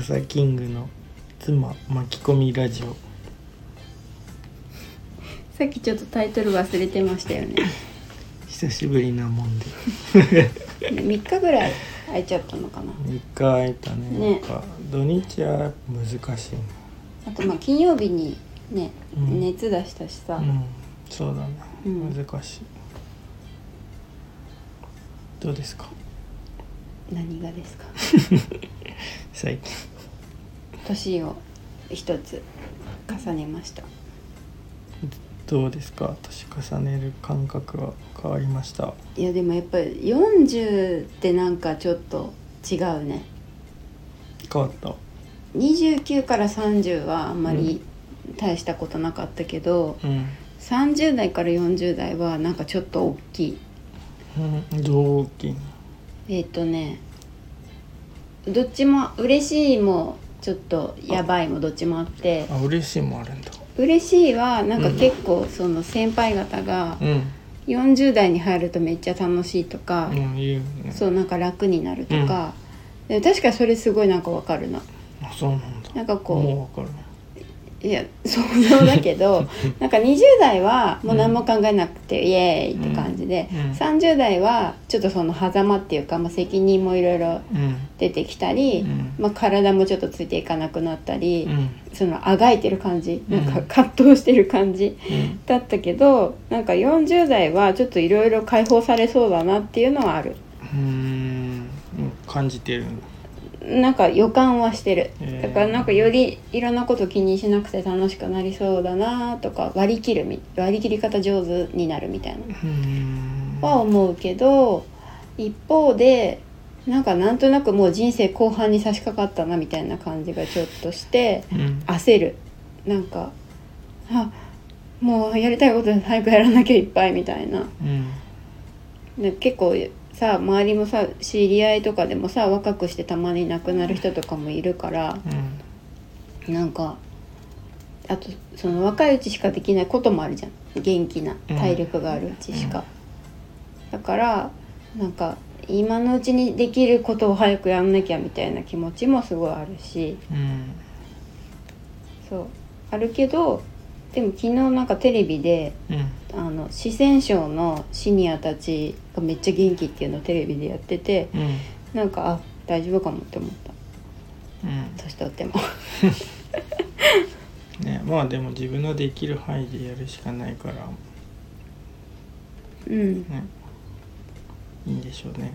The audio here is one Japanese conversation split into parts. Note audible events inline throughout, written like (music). サキングの妻巻き込みラジオさっきちょっとタイトル忘れてましたよ (laughs) ね久しぶりなもんで3日ぐらい空いちゃったのかな3日空いたねねなんか土日はやっぱ難しいあとまあ金曜日にね、うん熱出したしなうさ、んそうだね、うん難しいどうですか何がですか最近年を一つ重ねましたどうですか年重ねる感覚は変わりましたいやでもやっぱり40ってなんかちょっと違うね変わった29から30はあんまり大したことなかったけど、うん、 30代から40代はなんかちょっと大きいうん、同期えっ、とねどっちも嬉しいもちょっとやばいもどっちもあってあ嬉しいもあるんだ嬉しいはなんかうん結構その先輩方がうん40代に入るとめっちゃ楽しいとか、うん言うねそうなんか楽になるとか、でも確かにそれすごいなんかわかるなあそうなんだなんかこうもうわかるいや想像だけ (laughs) どなんか20代はもう何も考えなくて、イエーイって感じで、うんうん30代はちょっとその狭間っていうか、まあ、責任もいろいろうん出てきたり、うんまあ、体もちょっとついていかなくなったり、うんそのあがいてる感じなんうかん葛藤してる感じ (laughs) うんだったけどなんか40代はちょっといろいろ解放されそうだなっていうのはあるうーん感じてるなんか予感はしてるへーだからなんかよりいろんなこと気にしなくて楽しくなりそうだなとか割り切るみ割り切り方上手になるみたいなうーんは思うけど一方でなんかなんとなくもう人生後半に差し掛かったなみたいな感じがちょっとしてうん焦るなんかあもうやりたいこと早くやらなきゃいっぱいみたいなうんで結構さ周りもさ知り合いとかでもさ若くしてたまに亡くなる人とかもいるからうんなんかあとその若いうちしかできないこともあるじゃん元気なうん体力があるうちしか、だからなんか今のうちにできることを早くやんなきゃみたいな気持ちもすごいあるしうんそうあるけどでも昨日なんかテレビでうんあの四川省のシニアたちがめっちゃ元気っていうのをテレビでやっててうんなんかあ大丈夫かもって思ったうん年取ってもねまあでも自分のできる範囲でやるしかないからうんねいいんでしょうね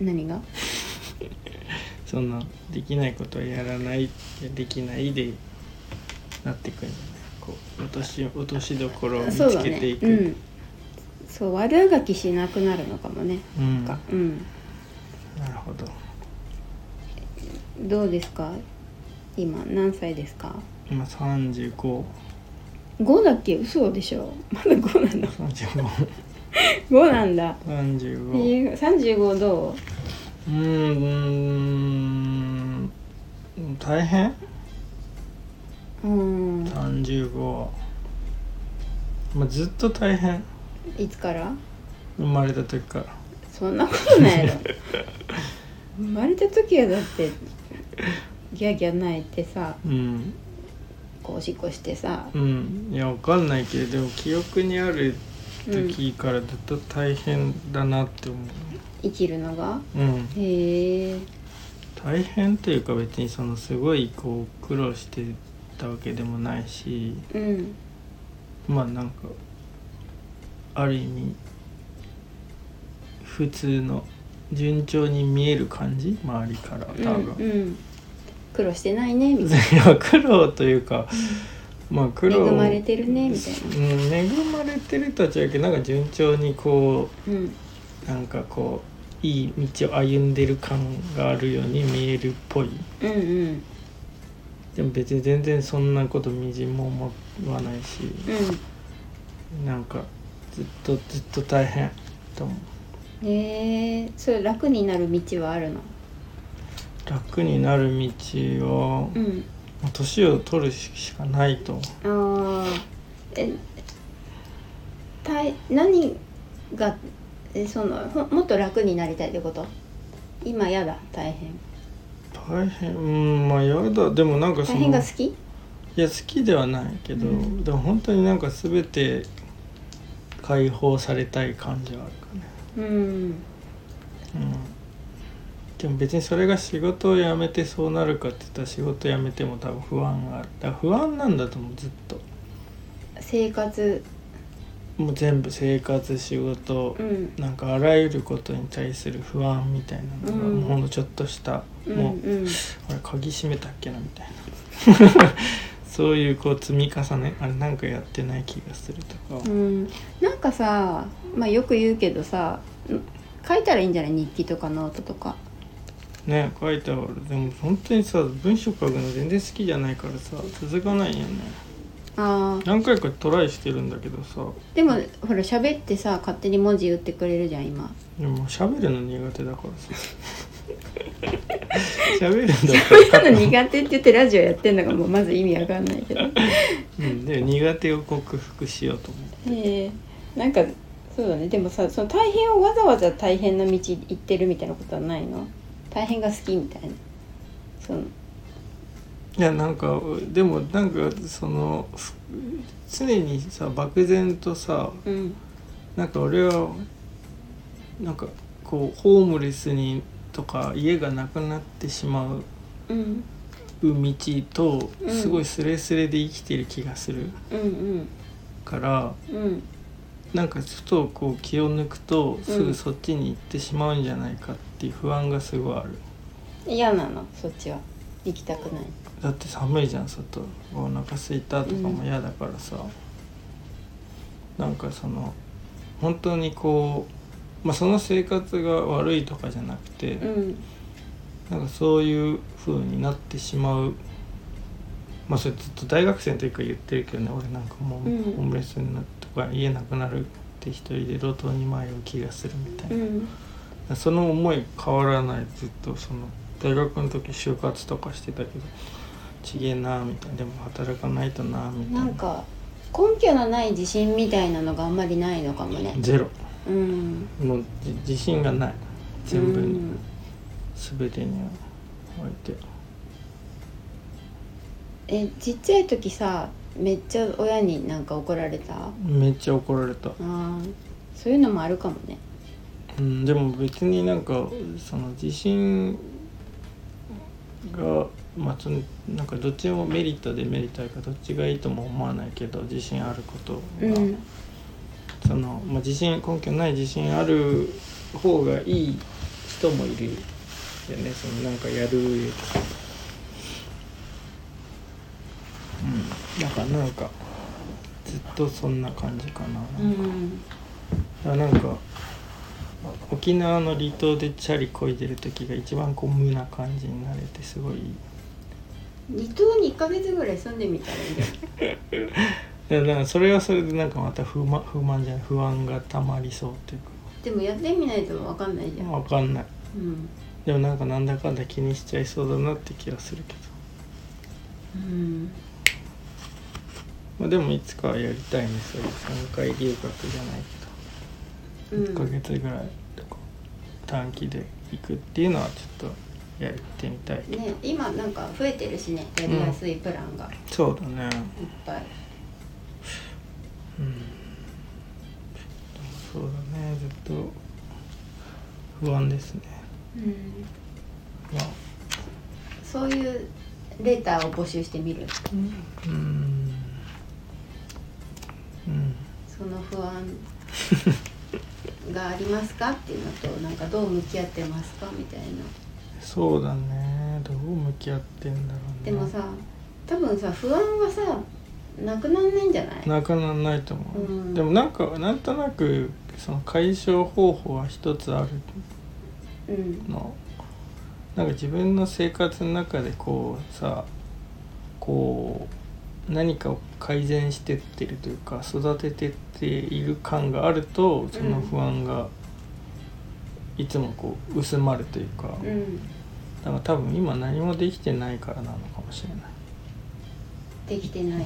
何がそんなできないことはやらないできないでなっていくんじゃないこう落とし落としどころを見つそうだけてねいくうんそう悪あがきしなくなるのかもねうんかなうんるほどどうですか今何歳ですか今3535 5だっけ嘘でしょまだ5なの5なんだえ35ー35どうーんうーん大変ううん35まあずっと大変いつから生まれた時からそんなことないやろ生まれた時はだってギャーギャー泣いてさうんこうおしっこしてさうんいやわかんないけどでも記憶にある時からずっと大変だなって思生きるのがううんへえ大変というか別にそのすごいこう苦労してたわけでもないしうんまあなんかある意味普通の順調に見える感じ周りから多分、 (laughs) うんうん、苦労してないねみたいいや苦労というか、まあ苦な労恵まれてるねみたいうん、恵まれてるとは違うけどなんか順調にこな、うん、うなんかこういい道を歩んでる感があるように見えるっぽいうんうんでも別に全然そんなことみじんも思わないしなんかずっとずっと大変と思ううんへえそれ楽になる道はあるの楽になる道をうん年を取るしかないと思うああえたい何がえそのほもっと楽になりたいってこと今やだ大変大大変うんまあやだでもなんかそ大の変が好いきや好きではないけど、うんでも本当になんか全て解放されたい感じはあるかねうんうんでも別にそれが仕事を辞めてそうなるかって言ったら仕事辞めても多分不安があるだから不安なんだと思うずっと生活もう全部生活仕事うんなんかあらゆることに対する不安みたいなのが、うんもうほんとちょっとした、うんもううんあれ鍵閉めたっけなみたいな (laughs) そういうこう積み重ねあれなんかやってない気がするとか、うん、なんかさ、まあ、よく言うけどさん書いたらいいんじゃない日記とかノートとかね書いてあるでも本当にさ文章書くの全然好きじゃないからさ続かないよねあー何回かトライしてるんだけどさでもほら喋ってさ勝手に文字打ってくれるじゃ (laughs) ん今でも喋るの苦手だ (laughs) からさ (laughs) 喋るんだ (laughs) ったらただ苦手って言ってラジオやってんのがもうまず意味わかんないけどうん、で苦手を克服しようと思ってえー、なんかそうだねでもさその大変をわざわざ大変な道行ってるみたいなことはないの大変が好きみたいなそのいやなんかでもなんかそのふ常にさ漠然とさうんなんか俺はなんかこうホームレスにとか家がなくなってしまううん道うとんすごいスレスレで生きてる気がするうんから、うんうんなんかちょっとこう気を抜くとすぐそっちに行ってしまうんじゃないかっていう不安がすごいある嫌なのそっちは行きたくないだって寒いじゃん外お腹すいたとかも嫌だからさ、なんかその本当にこう、まあ、その生活が悪いとかじゃなくて、うんなんかそういう風になってしまうまあそれずっと大学生の時から言ってるけどね俺なんかもううんホームレスになってとか家なくなるって一人で路頭に迷う気がするみたいな。うんその思い変わらないずっとその大学の時就活とかしてたけどちげえなみたいなでも働かないとなみたいななんか根拠のない自信みたいなのがあんまりないのかもね。ゼロうん。もうじ自信がない全部うにん全てにおいてえちっちゃい時さめっちゃ親になんか怒られた。あめっちゃ怒られた、ーそういうのもあるかもね。うん、でも別になんかその自信がまあそのなんかどっちもメリットデメリットあるからどっちがいいとも思わないけど自信あることうが。んその、まあ、自信根拠ない自信ある方がいい人もいるよねそのなんかやる上でうんだからなんかずっとそんな感じかな、うんあなんか沖縄の離島でチャリこいでる時が一番こう無な感じになれてすごいいい離島に一ヶ月ぐらい住んでみたらいいんじゃないでなんかそれはそれでなんかまた不満不満じゃない不安がたまりそうっていうでもやってみないとわかんないじゃかん。分かんないうん。でもなんかなんだかんだ気にしちゃいそうだなって気がするけど、うん。まあ、でもいつかはやりたいねそういう3回留学じゃないけうど、1ヶん。月ぐらいとか短期で行くっていうのはちょっとやってみたいけどね今なんか増えてるしねやりやすいプランがいっそうだねぱい。うんでもそうだねずっと不安ですねうん。まあそういうレターを募集してみる。うんうんその不安がありますかっていうのとなんかどう向き合ってますかみたいなそうだねどう向き合ってんだろうねでもさ多分さ不安はさなくなんないんじゃないなかなかないと思う、うんでもなんかなんとなくその解消方法は一つあるうんのなんか自分の生活の中でこうさこう何かを改善してってるというか育ててっている感があるとその不安がいつもこう薄まるというか、うんだから多分今何もできてないからなのかもしれないできてない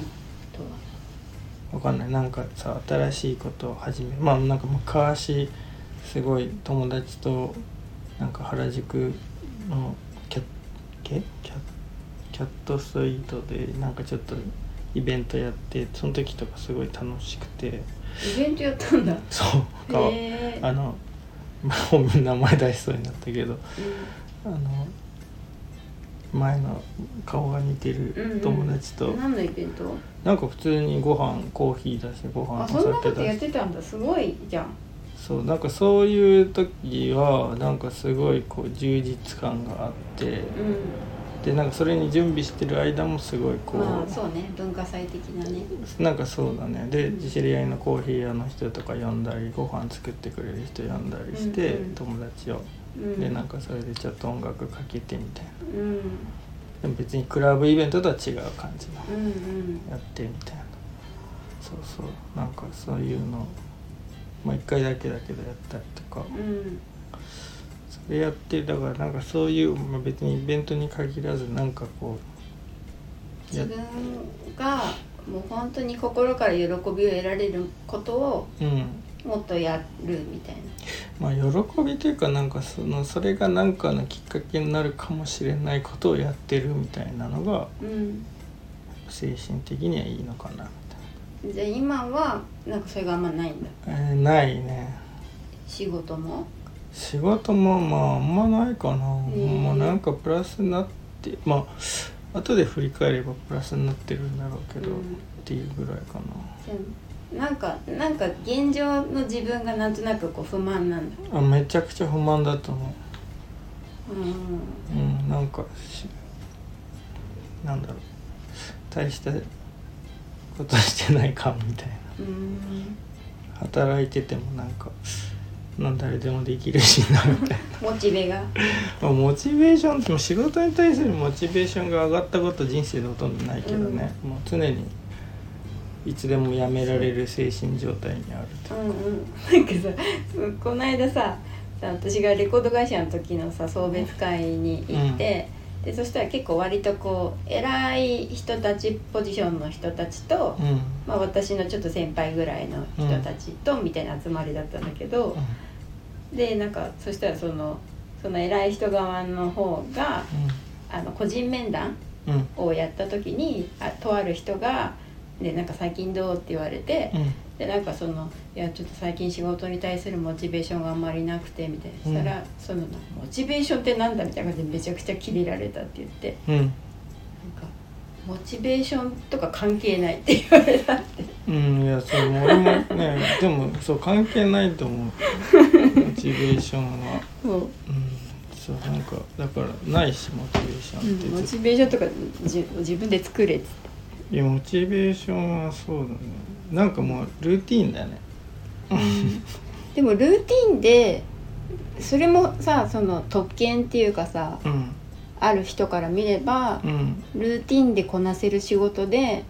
とはわかんないなんかさ新しいことを始めまあなんか昔すごい友達となんか原宿のキャけキャキャットストリートでなんかちょっとイベントやってその時とかすごい楽しくてイベントやったんだそうか、へえあのもう名前出しそうになったけどあの前の顔が似てる友達と、何のイベントなんか普通にご飯コーヒー出してご飯あ漁そんなこと出やしってたんだすごいじゃんそうなんかそういう時はなんかすごいこう充実感があってうでなんかそれに準備してる間もすごいこんう、まあそうね文化祭的なねなんかそうだねで知り合いのコーヒー屋の人とか呼んだりご飯作ってくれる人呼んだりして、うんうん友達をうんでなんかそれでちょっと音楽かけてみたいなうんうんでも別にクラブイベントとは違う感じのうんやってみたいなそうそうなんかそういうのまあ一回だけだけどやったりとかうんそれやってだからなんかそういう、まあ、別にイベントに限らずなんかこう自分がもう本当に心から喜びを得られることをうんもっとやるみたいなまあ喜びというかなんかそのそれが何かのきっかけになるかもしれないことをやってるみたいなのがうん精神的にはいいのかなみじゃあ今はなんかそれがあんまないんだたいな、えーないね仕事も仕事もまああんまないかな、んもうなんかプラスになってまあ後で振り返ればプラスになってるんだろうけど、うんっていうぐらいかなじゃあなんかなんか現状の自分がなんとなくこう不満なんだあめちゃくちゃ不満だと思うんううんなんかしなんだろう大したことしてないかみたいなうん働いててもなんかなん誰でもできるしなみたいな (laughs) モチベがまあモチベーションでも仕事に対するモチベーションが上がったこと人生でほとんどないけどね、もう常にいつでもやめられる精神状態にあるうとんうんなんかさこの間ささ私がレコード会社の時のさ送別会に行って、でそしたら結構割とこう偉い人たちポジションの人たちと、うん、うんまあ、私のちょっと先輩ぐらいの人たちとみたいな集まりだったんだけど、でなんかそしたらそのその偉い人側の方があの個人面談うんうんをやった時にあとある人が「でなんか最近どう?」って言われて。うんでなんかそのいやちょっと最近仕事に対するモチベーションがあんまりなくてみたいな、したらそのモチベーションってなんだみたいな感じでめちゃくちゃキレられたって言ってうんなんかモチベーションとか関係ないって言われたってうんいやそれも俺もねでもそう関係ないと思うモチベーションはそう、うんそうなんかだからないしモチベーションって、モチベーションとかじ自分で作れっつっていやモチベーションはそうだねなんかもうルーティーンだよねでもルーティンでそれもさその特権っていうかさうんある人から見ればうんルーティンでこなせる仕事で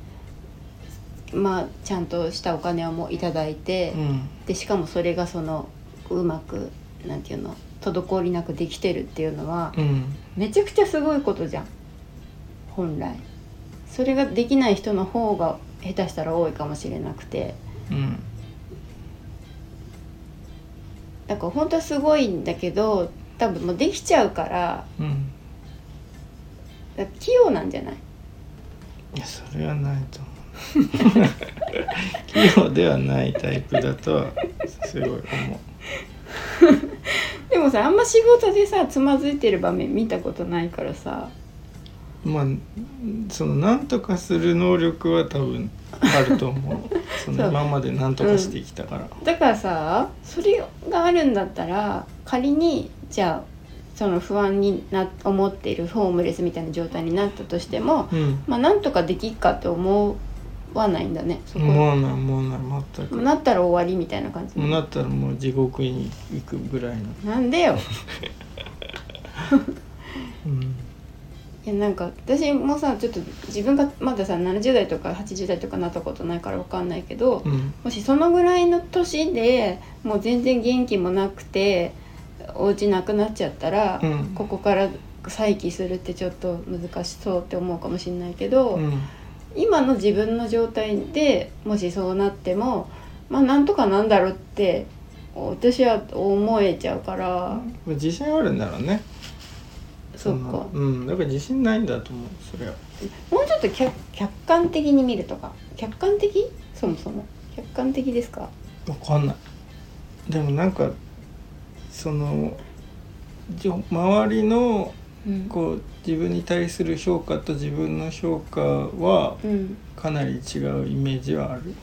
まあちゃんとしたお金をもういただいて、うんでしかもそれがそのうまくなんていうの滞りなくできてるっていうのはうんめちゃくちゃすごいことじゃん本来それができない人の方が下手したら多いかもしれなくてうんだから本当はすごいんだけど多分もうできちゃうからうんだから器用なんじゃないいやそれはないと思う器用ではないタイプだとはすごい思うでもさあんま仕事でさつまずいてる場面見たことないからさまあその何とかする能力は多分あると (laughs) 思うそのそう今まで何とかしてきたから、だからさそれがあるんだったら仮にじゃあその不安にな思っているホームレスみたいな状態になったとしてもうん、まあなんとかできっかって思わないんだねそこ、もうないもうない全く、なったら終わりみたいな感じもうなったらもう地獄に行くぐらいの、なんでようん、いやなんか私もさちょっと自分がまださ70代とか80代とかなったことないからわかんないけど、うんもしそのぐらいの年でもう全然元気もなくてお家なくなっちゃったら、うんここから再起するってちょっと難しそうって思うかもしれないけど、うん今の自分の状態でもしそうなってもまあなんとかなんだろうって私は思えちゃうから、自信あるんだろうねそっんなかうんだから自信ないんだと思うそれはもうちょっと客客観的に見るとか客観的そもそも客観的ですかわかんないでもなんかそのじょ周りのうんこう自分に対する評価と自分の評価はうんかなり違うイメージはある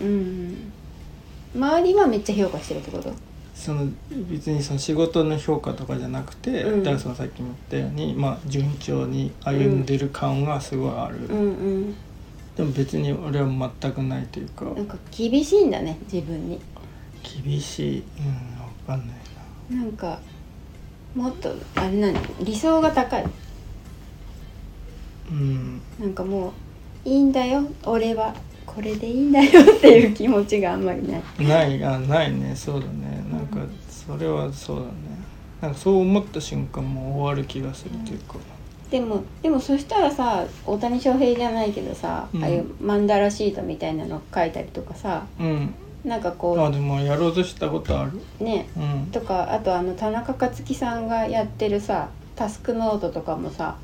うん周りはめっちゃ評価してるってことその別にその仕事の評価とかじゃなくて、うんだからそのさっきも言ったように、まあ、順調に歩んでる感がすごいある、うんでも別に俺は全くないというかうんなんか厳しいんだね自分に厳しいうんわかんないななんかもっとあれ何理想が高いうんなんかもういいんだよ俺はこれでいいんだ (laughs) よっていう気持ちがあんまりないないあないねそうだねなんかそれはそうだねなんかそう思った瞬間もう終わる気がするというか、でもでもそしたらさ大谷翔平じゃないけどさ、うんああいうマンダラシートみたいなの書いたりとかさうんなんかあこでもやろうとしたことあるうねうんとかあとあの田中克樹さんがやってるさタスクノートとかもさ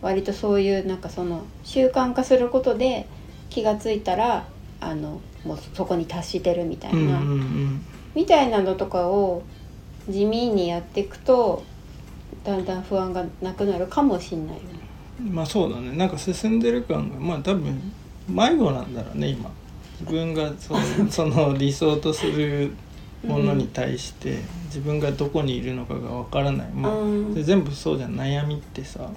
割とそういうなんかその習慣化することで気がついたらあのもうそこに達してるみたいうんな、うんうんみたいなのとかを地味にやっていくとだんだん不安がなくなるかもしんないよね。まあそうだねなんか進んでる感がまあ多分迷子なんだろうね今自分がそ (laughs) のその理想とするものに対して自分がどこにいるのかがわからない、まあ、うんで全部そうじゃん悩みってさ、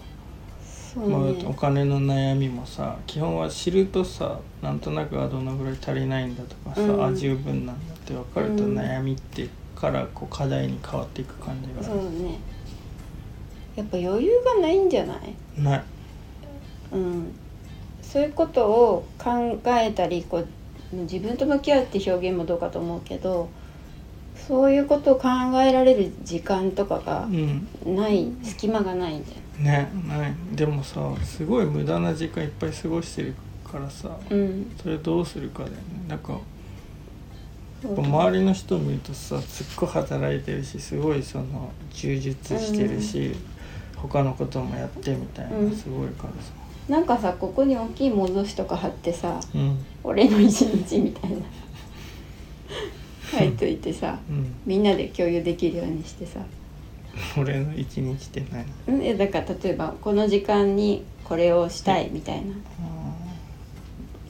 そうまあ、ねお金の悩みもさ基本は知るとさなんとなくあどのぐらい足りないんだとかさ、うんあ十分なんだって分かるとうん悩みってからこう課題に変わっていく感じそがうねやっぱ余裕がないんじゃない、ない、うん、そういうことを考えたりこう自分と向き合うって表現もどうかと思うけどそういうことを考えられる時間とかがうんない、隙間がないんじねないでもさすごい無駄な時間いっぱい過ごしてるからさゃん、うんそれどうするかだよねなんか周りの人を見るとさすっごい働いてるしすごいその充実してるし、他のこともやってみたいなうんすごいからさ、なんかさここに大きい戻しとか貼ってさうん俺の一日みたいな書いといてさうん、 (laughs) みんなで共有できるようにしてさ俺の一日って何うんえだから例えばこの時間にこれをしたいみたいな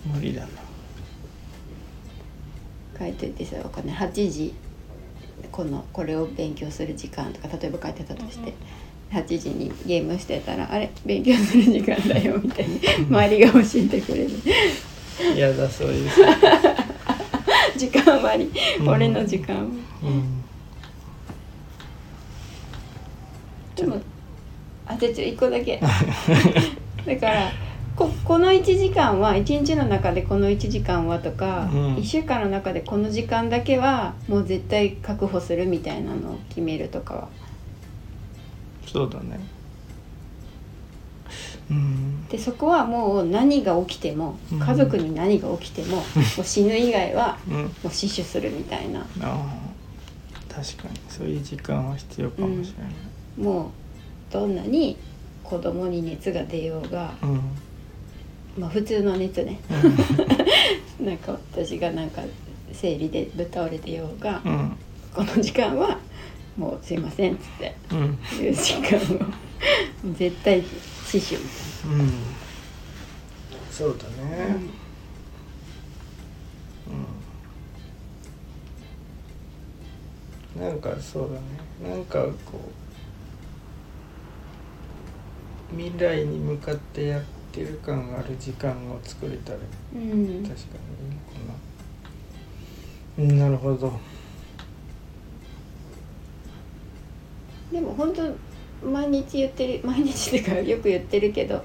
無理だな書いといてさわかんない8時このこれを勉強する時間とか例えば書いてたとして。8時にゲームしてたら「あれ勉強する時間だよ」みたいに周りが教えてくれる嫌だそういう、 (laughs) 時間割りうん俺の時間をうん、でもあちょちょ1個 (laughs) だけだからここの1時間は1日の中でこの1時間はとか、うん1週間の中でこの時間だけはもう絶対確保するみたいなのを決めるとかはそうだねうんでそこはもう何が起きてもうん家族に何が起きて (laughs) も,、もう死ぬ以外はうんもう死守するみたいなあー確かにそういう時間は必要かもしれない、もうどんなに子供に熱が出ようが、うんまあ、普通の熱ねうなんか私がなんか生理でぶっ倒れてようが、んうんこの時間はもうすいませんっつってうんいう時間を (laughs) もう絶対死守みうんそうだたいねな、うんなんかそうだねなんかこう未来に向かってやってる感がある時間を作れたらうん、確かにいいのかな、うん、なるほどでも本当毎日言ってる毎日っていうかよく言ってるけど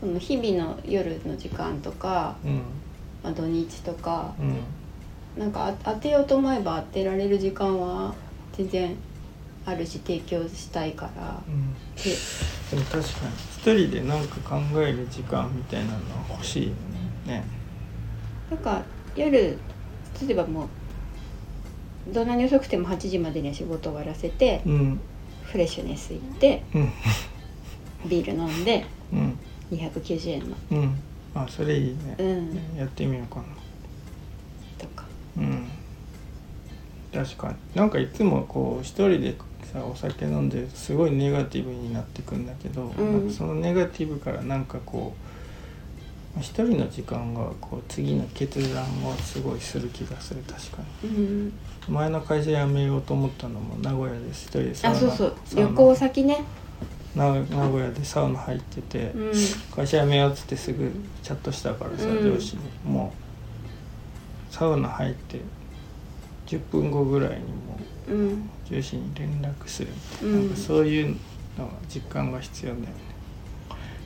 その日々の夜の時間とか、うんまあ、土日とかうんなんかあ当てようと思えば当てられる時間は全然あるし提供したいからうんででも確かに一人で何か考える時間みたいなのは欲しいよねなんか夜例えばもうどんなに遅くても8時までには仕事終わらせてうんフレッシュネス行ってうんビール飲んでうん290円のうんあそれいいね、うんやってみようかとかなうん確かになんかいつもこう一人でさお酒飲んですごいネガティブになってくんだけど、んなんかそのネガティブからなんかこう一人の時間がこう次の決断をすごいする気がする確かにうん前の会社辞めようと思ったのも名古屋です一人でサウあナそうそうサウ旅ナ行先ねな名古屋でサウナ入ってて、うん会社辞めようっつってすぐチャットしたからさ、うん上司にもうサウナ入って10分後ぐらいにもうんう上司に連絡するみたういな,、なんんかそういうのが実感が必要だよね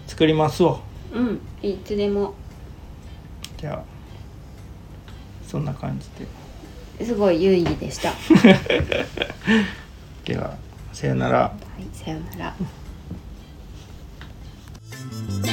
作りますわうんいつでもじゃあそんな感じですごい有意義でしたはではさよならいさようなら「